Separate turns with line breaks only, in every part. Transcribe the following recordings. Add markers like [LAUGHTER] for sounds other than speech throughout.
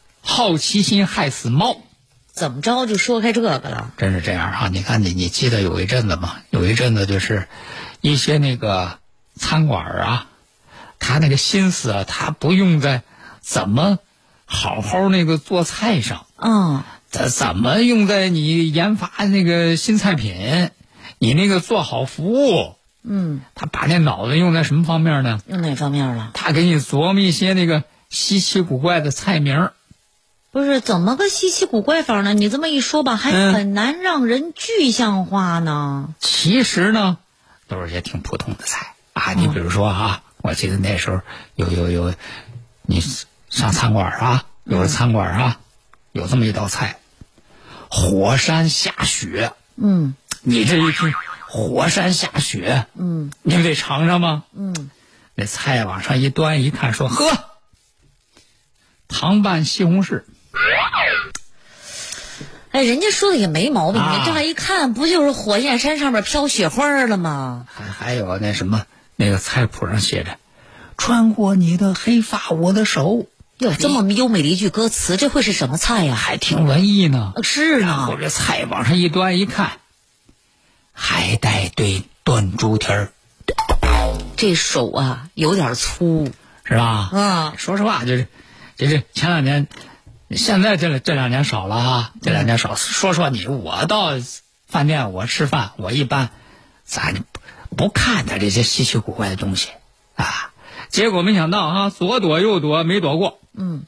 好奇心害死猫，
怎么着就说开这个了？
真是这样啊！你看你，你记得有一阵子吗？有一阵子就是一些那个餐馆儿啊，他那个心思啊，他不用在怎么好好那个做菜上，
嗯，
怎怎么用在你研发那个新菜品，你那个做好服务，
嗯，
他把那脑子用在什么方面呢？
用哪方面了？
他给你琢磨一些那个稀奇古怪的菜名儿
不是怎么个稀奇古怪法呢？你这么一说吧，还
嗯
很难让人具象化呢。
其实呢，都是些挺普通的菜啊。你比如说啊，我记得那时候有有有，你上餐馆啊，有
嗯
的餐馆啊，有这么一道菜，火山下雪。
嗯
你这一听火山下雪，
嗯
你不得尝尝吗？
嗯，
那菜往上一端，一看说呵，糖拌西红柿。
哎，人家说的也没毛病，
啊
你乍一看不就是火焰山上面飘雪花了吗？
还还有那什么，那个菜谱上写着“穿过你的黑发，我的手
有这么优美的一句歌词，这会是什么菜”，呀、
还挺文艺呢。
是啊
然
呢
后，这菜往上一端一看，海带炖炖猪蹄儿
这手啊有点粗
是吧？
啊。
说实话，就是就是前两年，现在这这两年少了哈，这两年少。说说你，我到饭店我吃饭，我一般咱不不看他这些稀奇古怪的东西啊。结果没想到啊，左躲右躲没躲过。
嗯，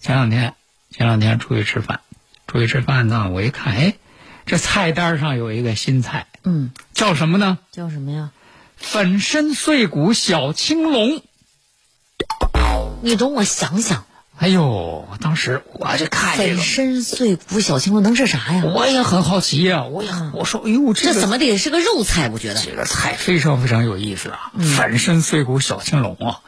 前两天前两天出去吃饭，出去吃饭呢，我一看，哎，这菜单上有一个新菜，
嗯，
叫什么呢？
叫什么呀？
粉身碎骨小青龙。
你容我想想，
哎呦，当时我这看这
粉
个。
身碎骨小青龙能是啥呀？
我也很好奇呀、我也很我说，哎呦，这
嗯这
个
怎么得是个肉菜？我觉得
这个菜非常非常有意思啊，
嗯
粉身碎骨小青龙啊，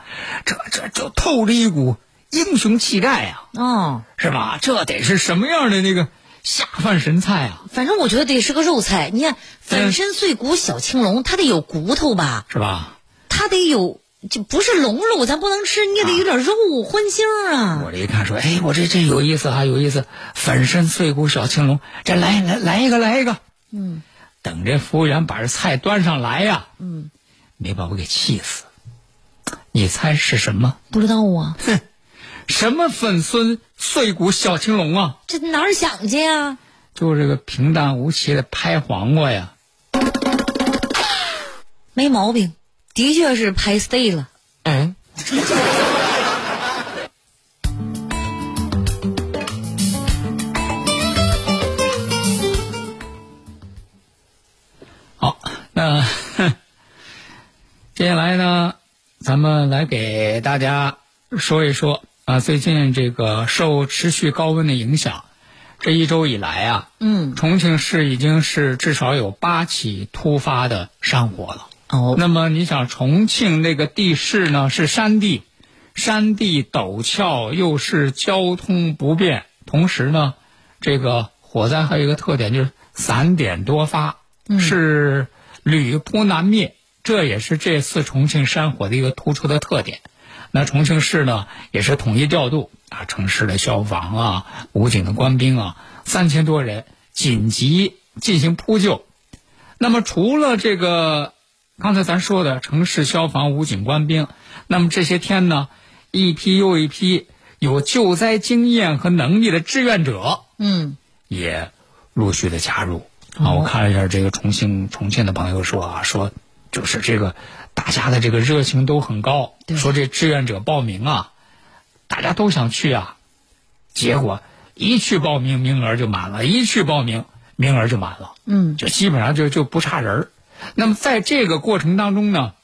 这这就透着一股英雄气概啊，
哦，
是吧？这得是什么样的那个下饭神菜啊，
反正我觉得得是个肉菜。你看，粉身碎骨小青龙，它得有骨头吧？
是吧？
它得有，就不是龙肉，咱不能吃，你也得有点肉荤腥啊。
我这一看说，哎，我这这有意思啊，有意思，粉身碎骨小青龙，这来来来一个来一个，
嗯，
等这服务员把这菜端上来呀、嗯，没把我给气死，你猜是什么？
不知道啊，
什么粉身碎骨小青龙啊？
这哪儿想去呀、
就是这个平淡无奇的拍黄瓜呀。
没毛病，的确是拍 stay 了。
嗯。好，那 [LAUGHS] 接下来呢，咱们来给大家说一说啊，最近这个受持续高温的影响，这一周以来啊，
嗯，
重庆市已经是至少有八起突发的山火了。
哦，
那么你想，重庆那个地势呢是山地，山地陡峭，又是交通不便，同时呢，这个火灾还有一个特点就是散点多发，是屡扑难灭，这也是这次重庆山火的一个突出的特点。那重庆市呢，也是统一调度啊，城市的消防啊、武警的官兵啊，三千多人紧急进行扑救。那么除了这个刚才咱说的城市消防、武警、官兵，那么这些天呢，一批又一批有救灾经验和能力的志愿者
嗯，
也陆续的加入啊。我看了一下这个重庆重庆的朋友说啊，说就是这个大家的这个热情都很高，
对
说这志愿者报名啊，大家都想去啊，结果一去报名名额就满了，一去报名名额就满了，
嗯，
就基本上就就不差人儿。那么在这个过程当中呢，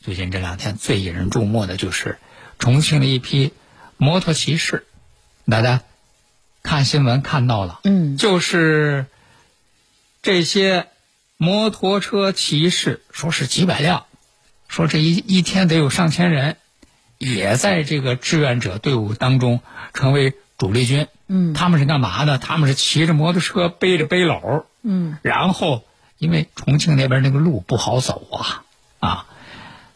最近这两天最引人注目的就是重庆的一批摩托骑士，大家看新闻看到了，
嗯
就是这些摩托车骑士，说是几百辆，说这一一天得有上千人，也在这个志愿者队伍当中成为主力军。
嗯
他们是干嘛的？他们是骑着摩托车，背着背篓，
嗯，
然后因为重庆那边那个路不好走啊啊，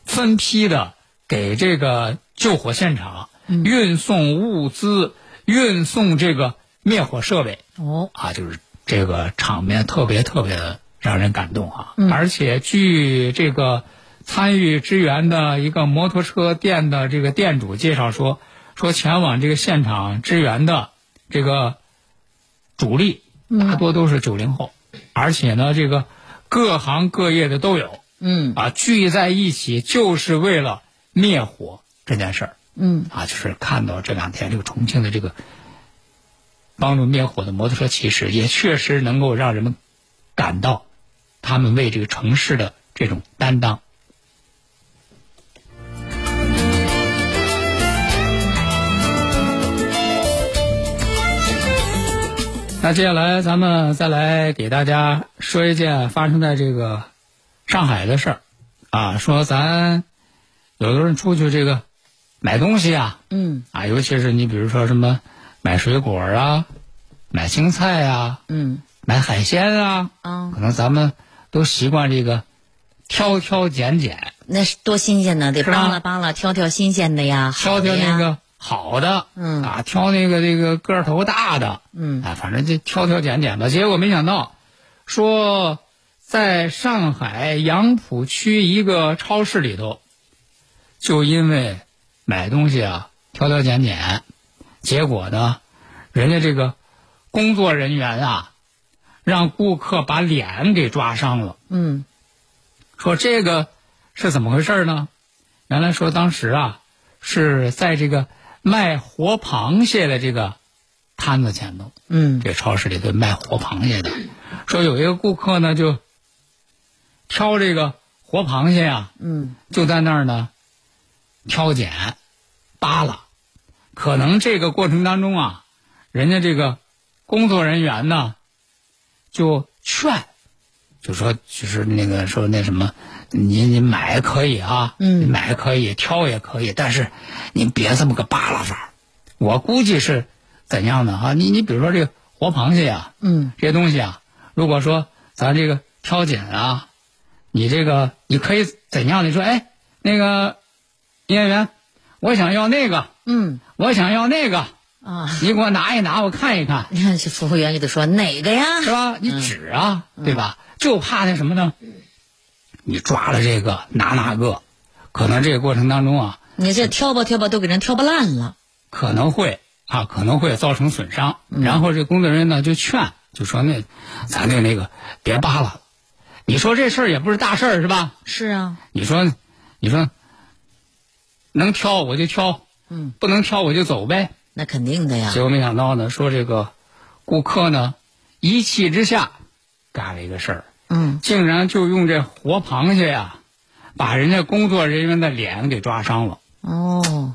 分批的给这个救火现场、运送物资、运送这个灭火设备
哦，
啊，就是这个场面特别特别的让人感动啊！而且据这个参与支援的一个摩托车店的这个店主介绍说，说前往这个现场支援的这个主力大多都是九零后，而且呢，这个各行各业的都有
嗯
啊，聚在一起就是为了灭火这件事儿。
嗯
啊，就是看到这两天这个重庆的这个帮助灭火的摩托车骑士，也确实能够让人们感到他们为这个城市的这种担当。那接下来咱们再来给大家说一件发生在这个上海的事儿，啊，说咱有的人出去这个买东西啊，
嗯
啊，尤其是你比如说什么买水果啊、买青菜啊、
嗯
买海鲜啊，
啊，
可能咱们都习惯这个挑挑拣拣，
那是多新鲜呢，得
是吧
扒拉扒拉，挑挑新鲜的呀，
挑
好
挑
的呀
那个好的，
嗯
啊，挑那个这个个头大的，
嗯
啊，反正就挑挑拣拣吧。结果没想到，说在上海杨浦区一个超市里头，就因为买东西啊挑挑拣拣，结果呢，人家这个工作人员啊，让顾客把脸给抓伤了。
嗯
说这个是怎么回事呢？原来说当时啊是在这个卖活螃蟹的这个摊子前头，
嗯
这超市里头卖活螃蟹的，说有一个顾客呢就挑这个活螃蟹呀、
嗯
就在那儿呢挑拣、扒拉，可能这个过程当中啊，人家这个工作人员呢就劝，就说就是那个说那什么，你你买可以啊，
嗯
买可以，挑也可以，但是您别这么个扒拉法儿。我估计是怎样的啊？你你比如说这个活螃蟹啊，
嗯
这些东西啊，如果说咱这个挑拣啊，你这个你可以怎样？你说，哎，那个营业员，我想要那个，
嗯
我想要那个，
啊， [LAUGHS]
你给我拿一拿，我看一看，
你看这服务员就得说哪个呀？
是吧？你指啊，对吧？就怕那什么呢？你抓了这个拿那个，可能这个过程当中啊，
你这挑吧挑吧都给人挑吧烂了。
可能会啊，可能会造成损伤。然后这工作人员呢就劝，就说那咱就那个别扒拉了。你说这事儿也不是大事儿是吧？
是啊，
你说，你说，能挑我就挑，
嗯，
不能挑我就走呗。
那肯定的呀
结。果没想到呢，说这个顾客呢一气之下干了一个事儿，
嗯
竟然就用这活螃蟹呀、把人家工作人员的脸给抓伤了。
哦，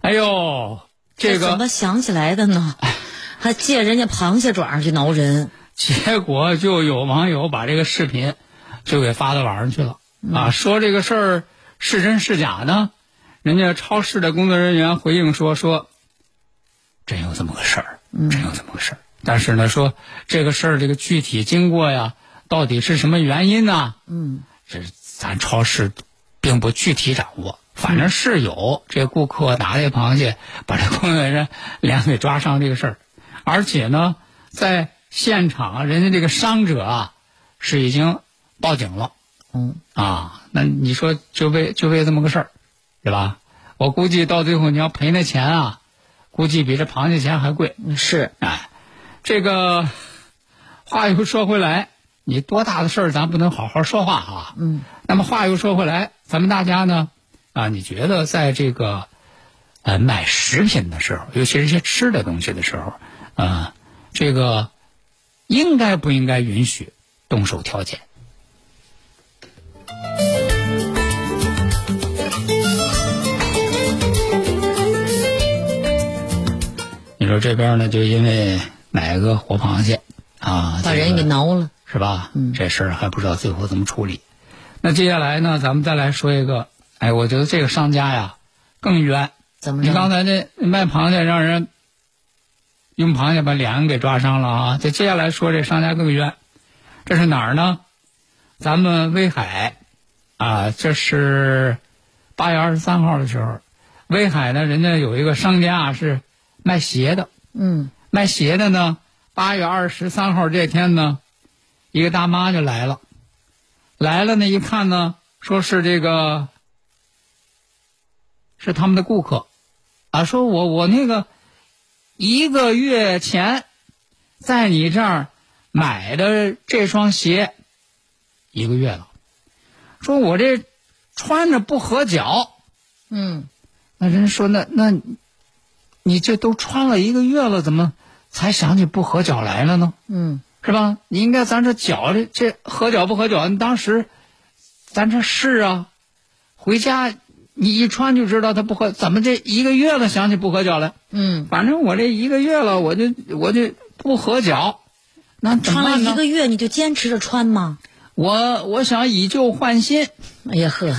哎呦，这
怎
个
么想起来
[LAUGHS]
的呢？还借人家螃蟹爪去挠人。
结果就有网友把这个视频就给发到网上去了啊，说这个事儿是真是假呢？人家超市的工作人员回应说说，真有这么个事儿，真有这么个事儿。但是呢，说这个事儿这个具体经过呀，到底是什么原因呢？
嗯
这咱超市并不具体掌握，反正是有这顾客拿这螃蟹把这工作人员脸给抓伤这个事儿，而且呢，在现场啊人家这个伤者啊是已经报警了
嗯
啊，那你说就为就为这么个事儿，对吧？我估计到最后你要赔那钱啊，估计比这螃蟹钱还贵。
嗯是
哎，这个话又说回来，你多大的事儿，咱不能好好说话啊。嗯。那么话又说回来，咱们大家呢，啊，你觉得在这个呃买食品的时候，尤其是一些吃的东西的时候，啊、这个应该不应该允许动手挑拣？你说这边呢，就因为买个活螃蟹啊，
把
这个
人给挠了。
是吧？嗯，这事儿还不知道最后怎么处理。那接下来呢，咱们再来说一个，哎，我觉得这个商家呀更冤。
怎么着？
你刚才那卖螃蟹让人用螃蟹把脸给抓伤了啊！这接下来说这商家更冤，这是哪儿呢？咱们威海啊，这是八月二十三号的时候，威海呢，人家有一个商家啊是卖鞋的，
嗯，
卖鞋的呢，八月二十三号这天呢，一个大妈就来了，来了呢一看呢，说是这个是他们的顾客，啊，说我我那个一个月前在你这儿买的这双鞋，一个月了，说我这穿着不合脚，
嗯，
那人说那那，你这都穿了一个月了，怎么才想起不合脚来了呢？
嗯，
是吧？你应该咱这脚这这合脚不合脚？你当时咱这试啊，回家你一穿就知道它不合，怎么这一个月了想起不合脚来？
嗯，
反正我这一个月了，我就我就不合脚，那怎么
穿了
办
一
呢？
个月你就坚持着穿吗？
我我想以旧换新 [LAUGHS]
哎呀呵，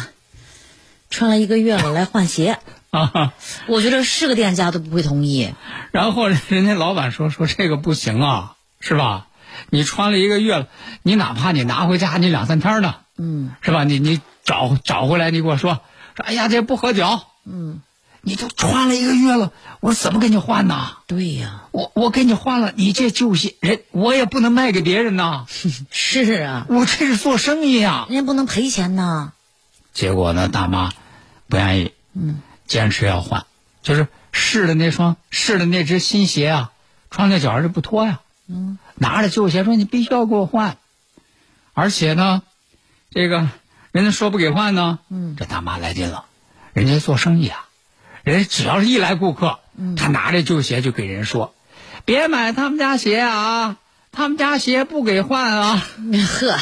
穿了一个月了来换鞋，
啊。
我觉得是个店家都不会同意。
然后人家老板说说这个不行啊，是吧？你穿了一个月了，你哪怕你拿回家你两三天呢，
嗯，
是吧？你你找找回来，你给我说说，哎呀，这不合脚，嗯，你都穿了一个月了，我怎么给你换呢？
对呀、
我我给你换了，你这旧鞋人我也不能卖给别人呐，
是啊，
我这是做生意呀、
人家不能赔钱呐。
结果呢，大妈不愿意，嗯，坚持要换，就是试的那双试的那只新鞋啊，穿在脚上就不脱呀、嗯，拿着旧鞋说你必须要给我换，而且呢，这个人家说不给换呢，嗯，这大妈来劲了，人家做生意啊，人家只要是一来顾客，嗯，他拿着旧鞋就给人说，别买他们家鞋啊，他们家鞋不给换啊。
[LAUGHS] 呵，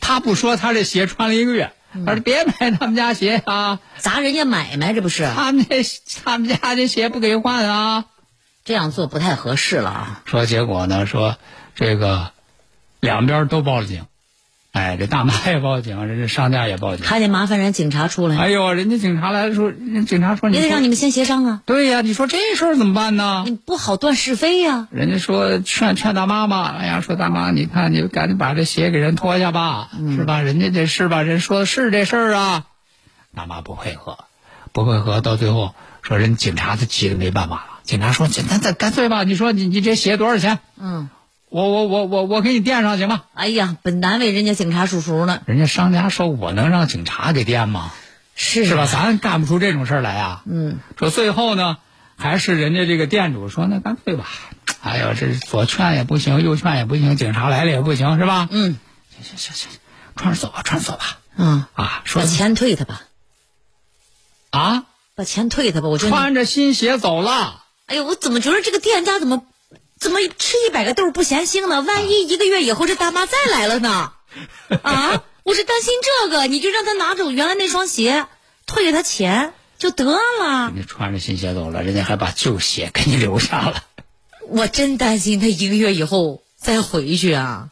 他不说他这鞋穿了一个月，他说别买他们家鞋啊，
砸人家买卖这不是？
他们这他们家这鞋不给换啊。
这样做不太合适了啊。
说结果呢，说这个两边都报了警，哎，这大妈也报警，人家商家也报警。
还得麻烦人家警察出来，
哎呦，人家警察来了说，人家警察说你
也得
说
让你们先协商啊，
对呀、你说这事儿怎么办呢？
你不好断是非呀、
人家说劝劝大妈嘛，哎呀，说大妈，你看你赶紧把这鞋给人脱下吧，是吧？人家这是吧？人说的是这事儿啊，大妈不配合，不配合，到最后说人警察都急得没办法了。警察说：“那那干脆吧，你说你你这鞋多少钱？
嗯，
我我我我我给你垫上行吗
哎呀，本难为人家警察叔叔呢？”。
人家商家说：“我能让警察给垫吗？
是啊
是吧？？咱干不出这种事儿来啊。”
嗯，
说最后呢，还是人家这个店主说，那干脆吧，哎呦，这左劝也不行，右劝也不行，警察来了也不行，是吧？
嗯，
行行行，穿着走吧，穿着走吧。
嗯，
啊，说
把钱退他吧，
啊，
把钱退他吧。我觉得你，
穿着新鞋走了，
哎呦，我怎么觉得这个店家怎么怎么吃一百个豆儿不嫌腥呢？万一一个月以后这大妈再来了呢？啊，我是担心这个，你就让他拿走原来那双鞋，退给他钱就得了
人。家穿着新鞋走了，人家还把旧鞋给你留下了。
我真担心他一个月以后再回去啊。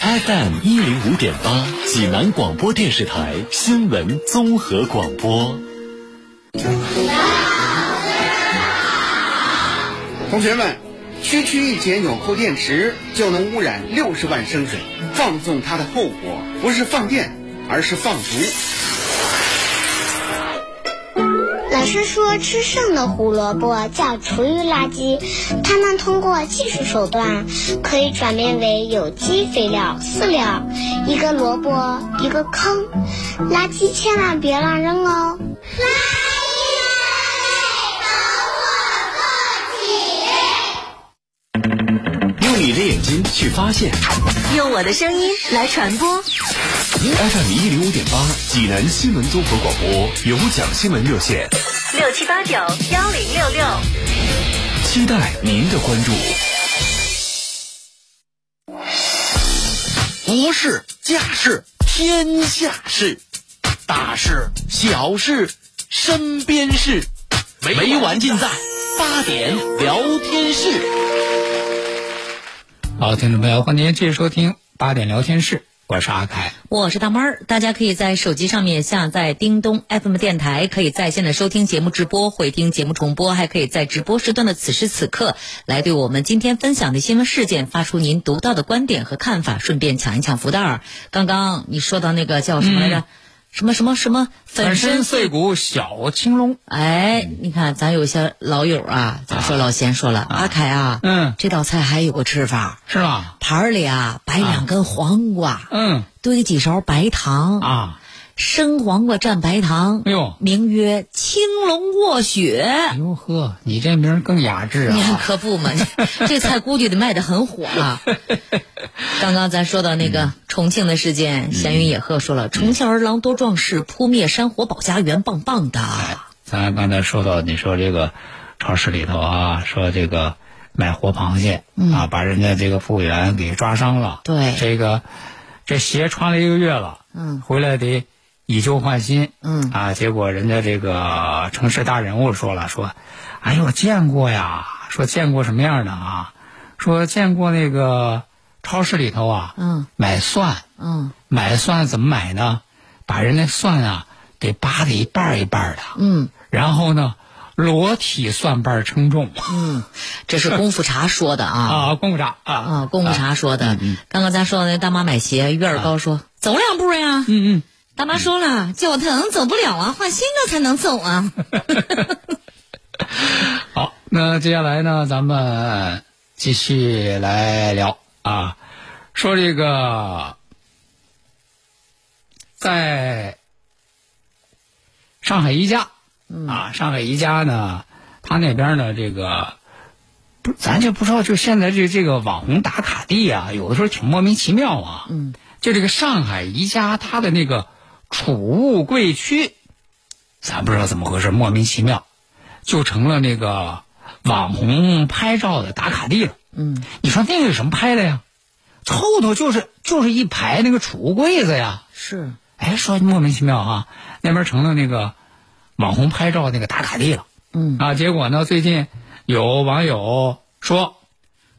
FM 一零五点八，济南广播电视台新闻综合广播。
同学们，区区一节纽扣电池就能污染六十万升水，放纵它的后果不是放电，而是放逐。
老师说，吃剩的胡萝卜叫厨余垃圾，它们通过技术手段可以转变为有机肥料、饲料。一个萝卜一个坑，垃圾千万别乱扔哦。
用你的眼睛去发现。
用我的声音来传播。
FM 一零五点八，济南新闻综合广播有奖新闻热线，
六七八九幺零六六。
期待您的关注。
国事、家事、天下事，大事、小事、身边事，每晚尽在八点聊天室。
好，听众朋友，欢迎继续收听八点聊天室，我是阿凯。
我是大妹儿，大家可以在手机上面下载叮咚 FM 电台，可以在线的收听节目直播、回听节目重播，还可以在直播时段的此时此刻来对我们今天分享的新闻事件发出您独到的观点和看法，顺便抢一抢福袋儿。刚刚你说到那个叫什么来着？什么什么什么粉
粉身
身
碎骨小青龙，
哎，你看，咱有些老友啊，咱说老闲说了，阿凯啊，
嗯
这道菜还有个吃法，
是吧？
盘儿里啊摆两根黄瓜，
嗯
堆几勺白糖，
啊，
生黄瓜蘸白糖，
哎呦
名曰青龙卧
哎
雪。
呦呵，你这名儿更雅致
你看
啊！[LAUGHS]
可不嘛，这菜估计得卖得很火啊。刚刚咱说到那
嗯
个重庆的事件，闲云野鹤说了，重庆儿郎多壮士，扑灭山火保家园，棒棒的。
哎咱刚才说到，你说这个超市里头啊，说这个卖活螃蟹、啊，把人家这个服务员给抓伤了。
对
这个这鞋穿了一个月了，
嗯，
回来得以旧换新，
嗯
啊，结果人家这个城市大人物说了，说，哎呦见过呀，说见过什么样的啊？说见过那个超市里头啊，
嗯，
买蒜，
嗯
买蒜怎么买呢？把人家蒜啊给扒的一半儿一半儿的，
嗯。
然后呢，裸体蒜瓣儿称重
嗯，这是功夫茶说的啊。
啊，功夫茶啊嗯
啊，功夫茶说的。刚刚咱说的那大妈买鞋，月儿高说、走两步呀。
啊嗯嗯，
大妈说了，脚疼走不了啊，换新的才能走啊。
好，那接下来呢，咱们继续来聊啊，说这个在上海宜家、啊，上海宜家呢，他那边呢，这个不，咱就不知道，就现在这这个网红打卡地啊，有的时候挺莫名其妙啊。嗯，就这个上海宜家，它的那个储物柜区，咱不知道怎么回事，莫名其妙。就成了那个网红拍照的打卡地了。嗯，你说那个有什么拍的呀？后头就是就是一排那个储物柜子呀。
是，
哎，说莫名其妙啊，那边成了那个网红拍照那个打卡地了。
嗯
啊，结果呢，最近有网友说。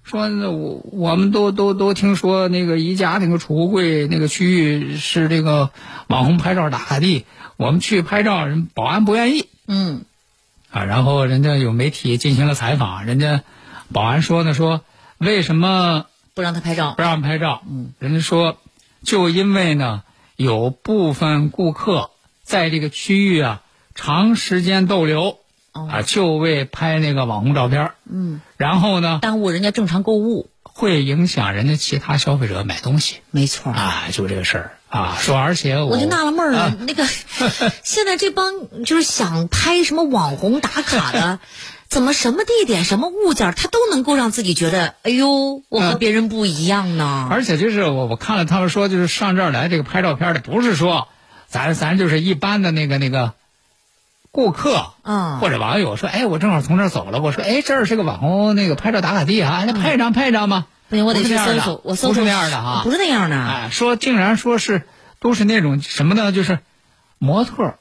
说那我我们都都都听说那个宜家那个储物柜那个区域是这个网红拍照打卡地，我们去拍照，人保安不愿意。
嗯
啊，然后人家有媒体进行了采访，人家保安说呢，说为什么
不让他拍照
不。让拍照？嗯，人家说就因为呢，有部分顾客在这个区域啊长时间逗留，
哦
啊，就为拍那个网红照片，
嗯，
然后呢
耽误人家正常购物。
会影响人家其他消费者买东西
没错。
啊，就这个事儿啊。说而且我
我就纳了闷儿了，
啊 [LAUGHS]
那个现在这帮就是想拍什么网红打卡的， [LAUGHS] 怎么什么地点、什么物件儿，他都能够让自己觉得，哎呦，我和
嗯
别人不一样呢？
而且就是我我看了他们说，就是上这儿来这个拍照片的，不是说咱咱就是一般的那个那个顾客，
嗯
或者网友说，哎，我正好从这儿走了，我说，哎，这儿是个网红那个拍照打卡地啊，那拍一张拍一张吧。
不嗯行，我得
不是
去
那样
搜
的
搜，我搜
不
搜
是那样的啊
不是那样的，
哎，说竟然说是都是那种什么呢？就是模特儿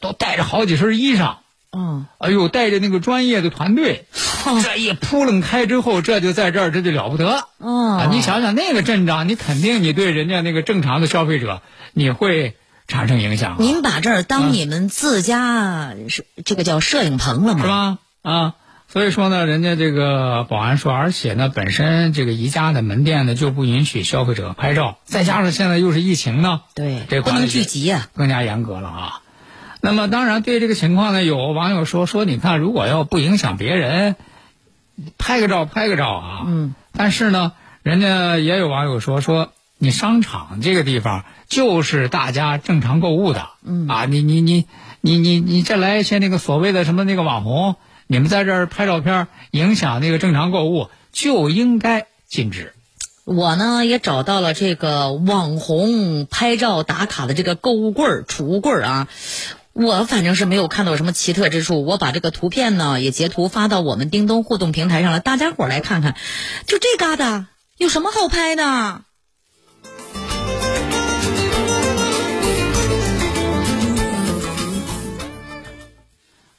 都带着好几身衣裳，
嗯，
哎呦，带着那个专业的团队，
[LAUGHS]
这一扑棱开之后，这就在这儿，这就了不得了。
哦
啊，你想想那个阵仗，你肯定你对人家那个正常的消费者，你会产生影响啊，
您把这儿当你们自家是这个叫摄影棚了吗？
是？吧？啊，所以说呢，人家这个保安说，而且呢，本身这个宜家的门店呢就不允许消费者拍照，再加上现在又是疫情呢，
对，
这
不
管理
能聚集呀、
更加严格了啊。那么，当然对这个情况呢，有网友说说，你看，如果要不影响别人，拍个照拍个照啊。嗯。但是呢，人家也有网友说说，你商场这个地方就是大家正常购物的。嗯。啊，你你你你你你再来一些那个所谓的什么那个网红，你们在这儿拍照片影响那个正常购物，就应该禁止。
我呢也找到了这个网红拍照打卡的这个购物棍儿、储物棍儿啊。我反正是没有看到有什么奇特之处，我把这个图片呢也截图发到我们叮咚互动平台上了，大家伙儿来看看，就这旮瘩有什么好拍的？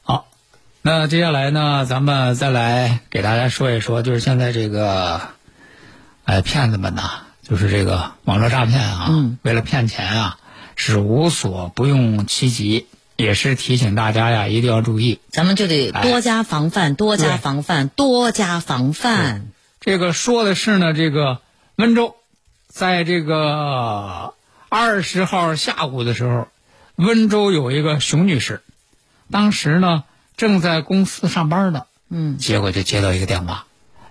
好，那接下来呢，咱们再来给大家说一说，就是现在这个，哎，骗子们呐，就是这个网络诈骗啊，为了骗钱啊，是无所不用其极，也是提醒大家呀，一定要注意。
咱们就得多加防范，多加
对
防范，多加防范。
这个说的是呢，这个温州，在这个二十号下午的时候，温州有一个熊女士，当时呢正在公司上班呢，
嗯，
结果就接到一个电话，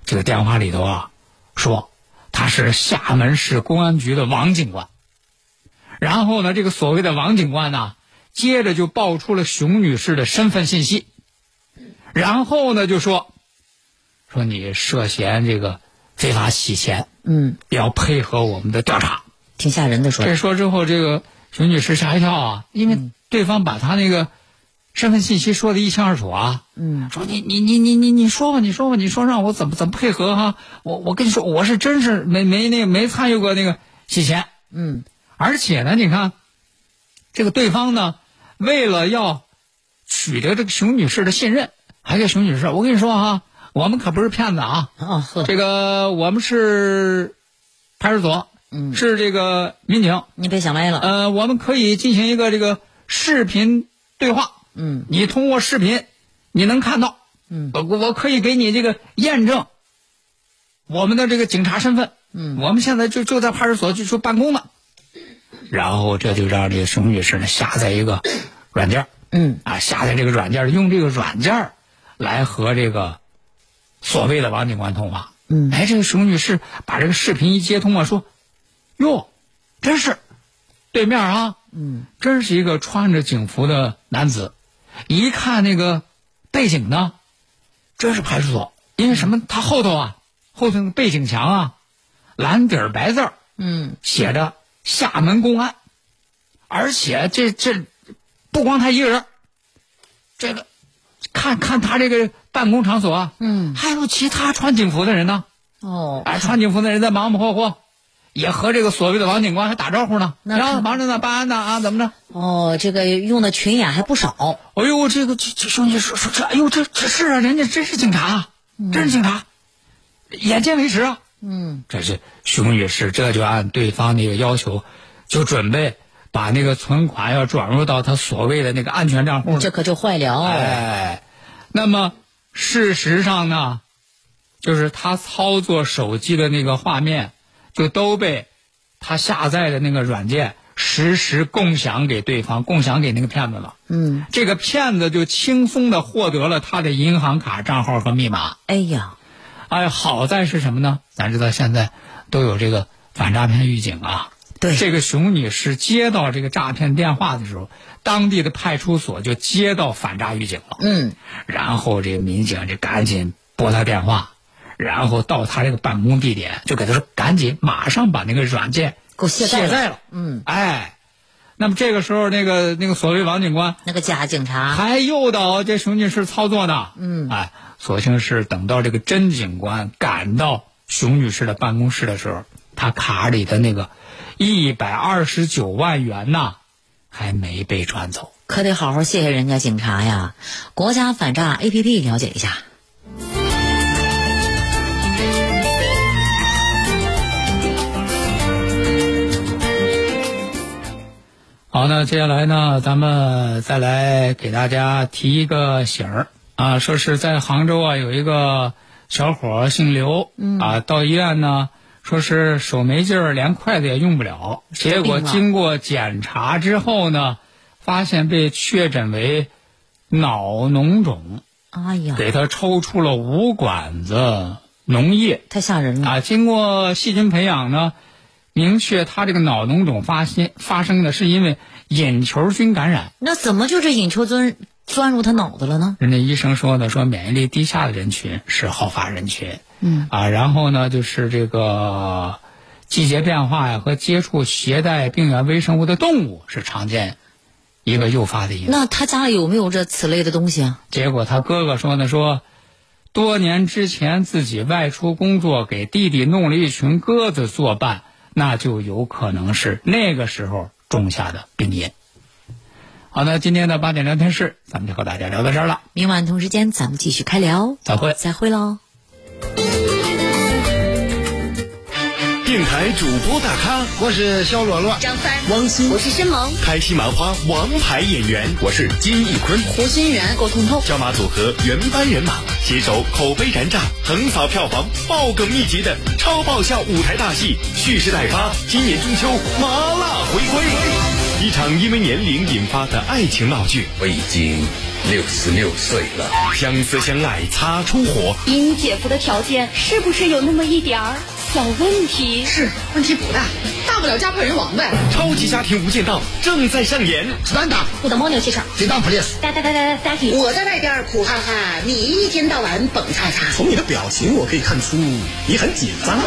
这个电话里头啊说他是厦门市公安局的王警官，然后呢，这个所谓的王警官呢、接着就爆出了熊女士的身份信息，然后呢就说说你涉嫌这个非法洗钱，
嗯，
要配合我们的调查。
挺吓人的说
这，说之后，这个熊女士吓一跳啊，因
嗯
为对方把她那个身份信息说的一清二楚啊。
嗯，
说你你你你你你说吧，你说吧，你说让我怎么怎么配合哈、我我跟你说，我是真是没没那个没参与过那个洗钱，
嗯，
而且呢，你看这个对方呢，为了要取得这个熊女士的信任，还给熊女士说，我跟你说哈、我们可不是骗子啊，
哦呵，
这个我们是派出所，
嗯
是这个民警，
你别想歪了，
呃，我们可以进行一个这个视频对话，
嗯
你通过视频，你能看到，
嗯
我我可以给你这个验证我们的这个警察身份，
嗯
我们现在就就在派出所就就办公呢，然后这就让这个熊女士呢下载一个软件儿，
嗯
啊，下载这个软件儿，用这个软件儿来和这个所谓的王警官通话。
嗯
哎，这个熊女士把这个视频一接通啊，说：“哟，真是对面啊，嗯，真是一个穿着警服的男子，一看那个背景呢，真是派出所，因为什么？他后头啊，后头那个背景墙啊，蓝底儿白字儿，
嗯，
写着厦门公安，而且这这不光他一个人儿，这个看看他这个办公场所啊，
嗯
还有其他穿警服的人 [LAUGHS] 呢，
哦，
哎，穿警服的人在忙忙活活，也和这个所谓的王警官还打招呼呢，
那
然后
看
忙着呢，办案呢啊，怎么着？
哦，这个用的群演还不少，
哎呦，这个这这兄弟说说这，哎呦，这这是啊，人家真是警察，啊，真是警察，眼见为实啊。
嗯
这是熊女士，这就按对方那个要求，就准备把那个存款要转入到他所谓的那个安全账户。
这可就坏了，
哎，那么事实上呢，就是他操作手机的那个画面，就都被他下载的那个软件实时共享给对方，共享给那个骗子了。
嗯，
这个骗子就轻松的获得了他的银行卡账号和密码。
哎呀，
哎，好在是什么呢？咱知道现在都有这个反诈骗预警啊。
对
这个熊女士接到这个诈骗电话的时候，当地的派出所就接到反诈预警了。
嗯，
然后这个民警就赶紧拨他电话，然后到他这个办公地点，就给他说赶紧马上把那个软件
给我卸载了
载了。
嗯，
哎，那么这个时候，那个那个所谓王警官
那个假警察，
还诱导这熊女士操作呢。
嗯
哎，所幸是等到这个甄警官赶到熊女士的办公室的时候，她卡里的那个一百二十九万元呐，还没被转走。
可得好好谢谢人家警察呀！国家反诈 APP 了解一下。
好，那接下来呢，咱们再来给大家提一个醒儿啊，说是在杭州啊，有一个小伙儿姓刘，啊，到医院呢，说是手没劲儿，连筷子也用不了。结果
病了
经过检查之后呢，发现被确诊为脑脓肿，
哎呀，
给他抽出了五管子脓液
太吓人了。
啊。经过细菌培养呢，明确他这个脑脓肿发现发生的是因为隐球菌感染。
那怎么就这隐球钻钻入他脑子了呢？
人家医生说呢，说免疫力低下的人群是好发人群，嗯啊，然后呢就是这个季节变化呀和接触携带病原微生物的动物是常见一个诱发的因素。
那他家里有没有这此类的东西啊？
结果他哥哥说呢，说多年之前自己外出工作，给弟弟弄了一群鸽子作伴，那就有可能是那个时候种下的病因。好的，今天的八点聊天室，咱们就和大家聊到这儿了，
明晚同时间咱们继续开聊，
再会。
再会喽。
电台主播大咖，
我是肖罗罗，
张帆，
王鑫
我是申萌，
开心麻花王牌演员，我是金逸坤。
胡心源，郭彤彤，
小马组合原班人马，携手口碑燃炸、横扫票房、爆梗一级的超爆笑舞台大戏蓄势待发，今年中秋麻辣回归。一场因为年龄引发的爱情闹剧，
我已经六十六岁了。
相思相爱擦出火，
以你姐夫的条件，是不是有那么一点儿小问题？
是问题不大，大不了家破人亡呗。
超级家庭无间道正在上演。
Stand up,
我的牦牛气场，
叮当 please，
哒哒哒哒哒滴。
我在外边苦哈哈，你一天到晚蹦擦擦。
从你的表情，我可以看出你很紧张。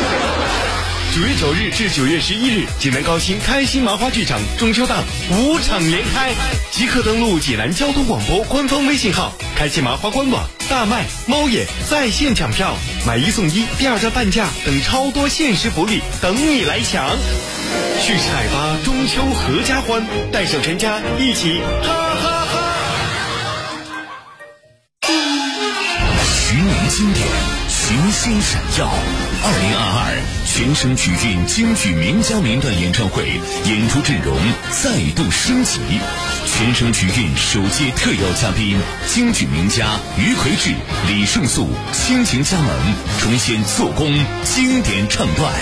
九月九日至九月十一日，济南高新开心麻花剧场中秋档五场连开，即刻登录济南交通广播官方微信号、开心麻花官网、大麦、猫眼在线抢票，买一送一、第二站半价等超多限时福利等你来抢。蓄势待发，中秋合家欢，带上全家一起哈哈哈。
寻年经典，群星闪耀。二零二二全省曲韵京剧名家名段演唱会演出阵容再度升级，全省曲韵首届特邀嘉宾京剧名家于魁智、李胜素倾情加盟，重现做工经典唱段。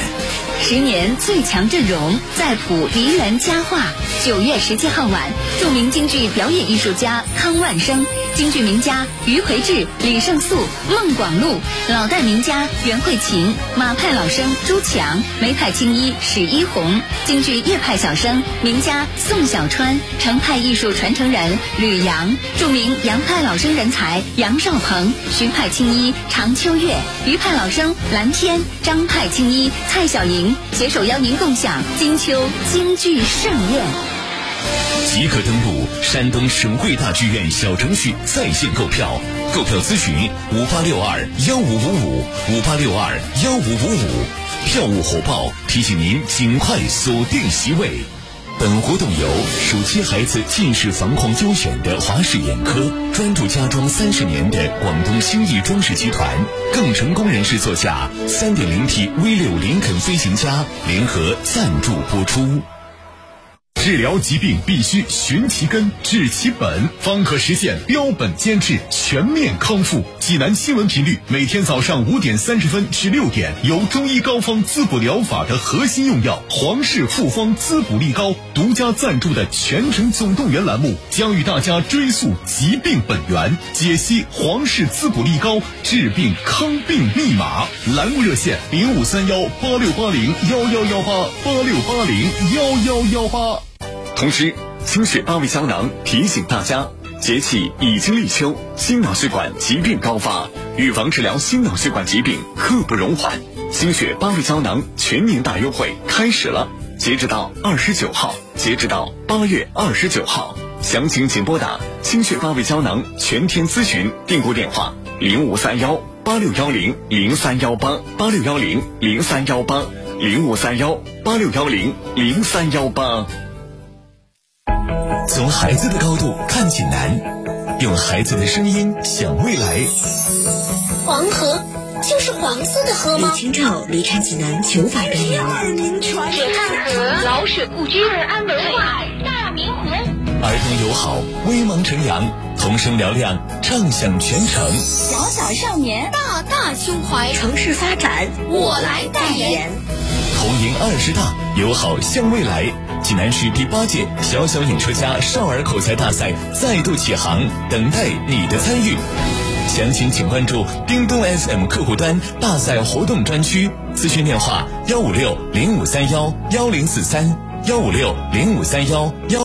十年最强阵容再谱梨园佳话。九月十七号晚，著名京剧表演艺术家康万生、京剧名家于魁智、李胜素、孟广禄、老旦名家袁慧琴、马派老生朱强、梅派青衣史一红、京剧叶派小生名家宋小川、程派艺术传承人吕阳、著名杨派老生人才杨少鹏、徐派青衣常秋月、于派老生蓝天、张派青衣蔡小莹携手邀您共享金秋京剧盛宴。
即可登录山东省会大剧院小程序在线购票，购票咨询五八六二幺五五五五八六二幺五五五，票务火爆，提醒您尽快锁定席位。本活动由暑期孩子近视防控优选的华视眼科专注家装三十年的广东兴义装饰集团，更成功人士座驾三点零 T V 六林肯飞行家联合赞助播出。
治疗疾病必须寻其根、治其本，方可实现标本兼治、全面康复。济南新闻频率每天早上五点三十分至六点，由中医膏方滋补疗法的核心用药皇氏复方滋补力膏独家赞助的《全程总动员》栏目，将与大家追溯疾病本源，解析皇氏滋补力膏治病康病密码。栏目热线零五三幺八六八零幺幺幺八八六八零幺幺幺八。同时，清血八味胶囊提醒大家，节气已经立秋，心脑血管疾病高发，预防治疗心脑血管疾病刻不容缓。清血八味胶囊全年大优惠开始了，截止到二十九号，截止到八月二十九号，详情请拨打清血八味胶囊全天咨询订购电话零五三幺八六幺零零三幺八八六幺零零三幺八零五三幺八六幺零零三幺八。
从孩子的高度看济南，用孩子的声音想未来。
黄河就是黄色的河吗？
清照离开济南九百多年了。
铁汉河、老舍故居、安文化、大明湖。
儿童友好，微茫城阳，童声嘹亮，唱响全城。
小小少年，大大胸怀，
城市发展，
我来代言。
同迎二十大，友好向未来。
济南市第八届小小演说家少儿口才大赛再度启航，等待你的参与。详情请关注叮咚 SM 客户端大赛活动专区，咨询电话：幺五六零五三幺幺零四三，幺五六零五三幺幺。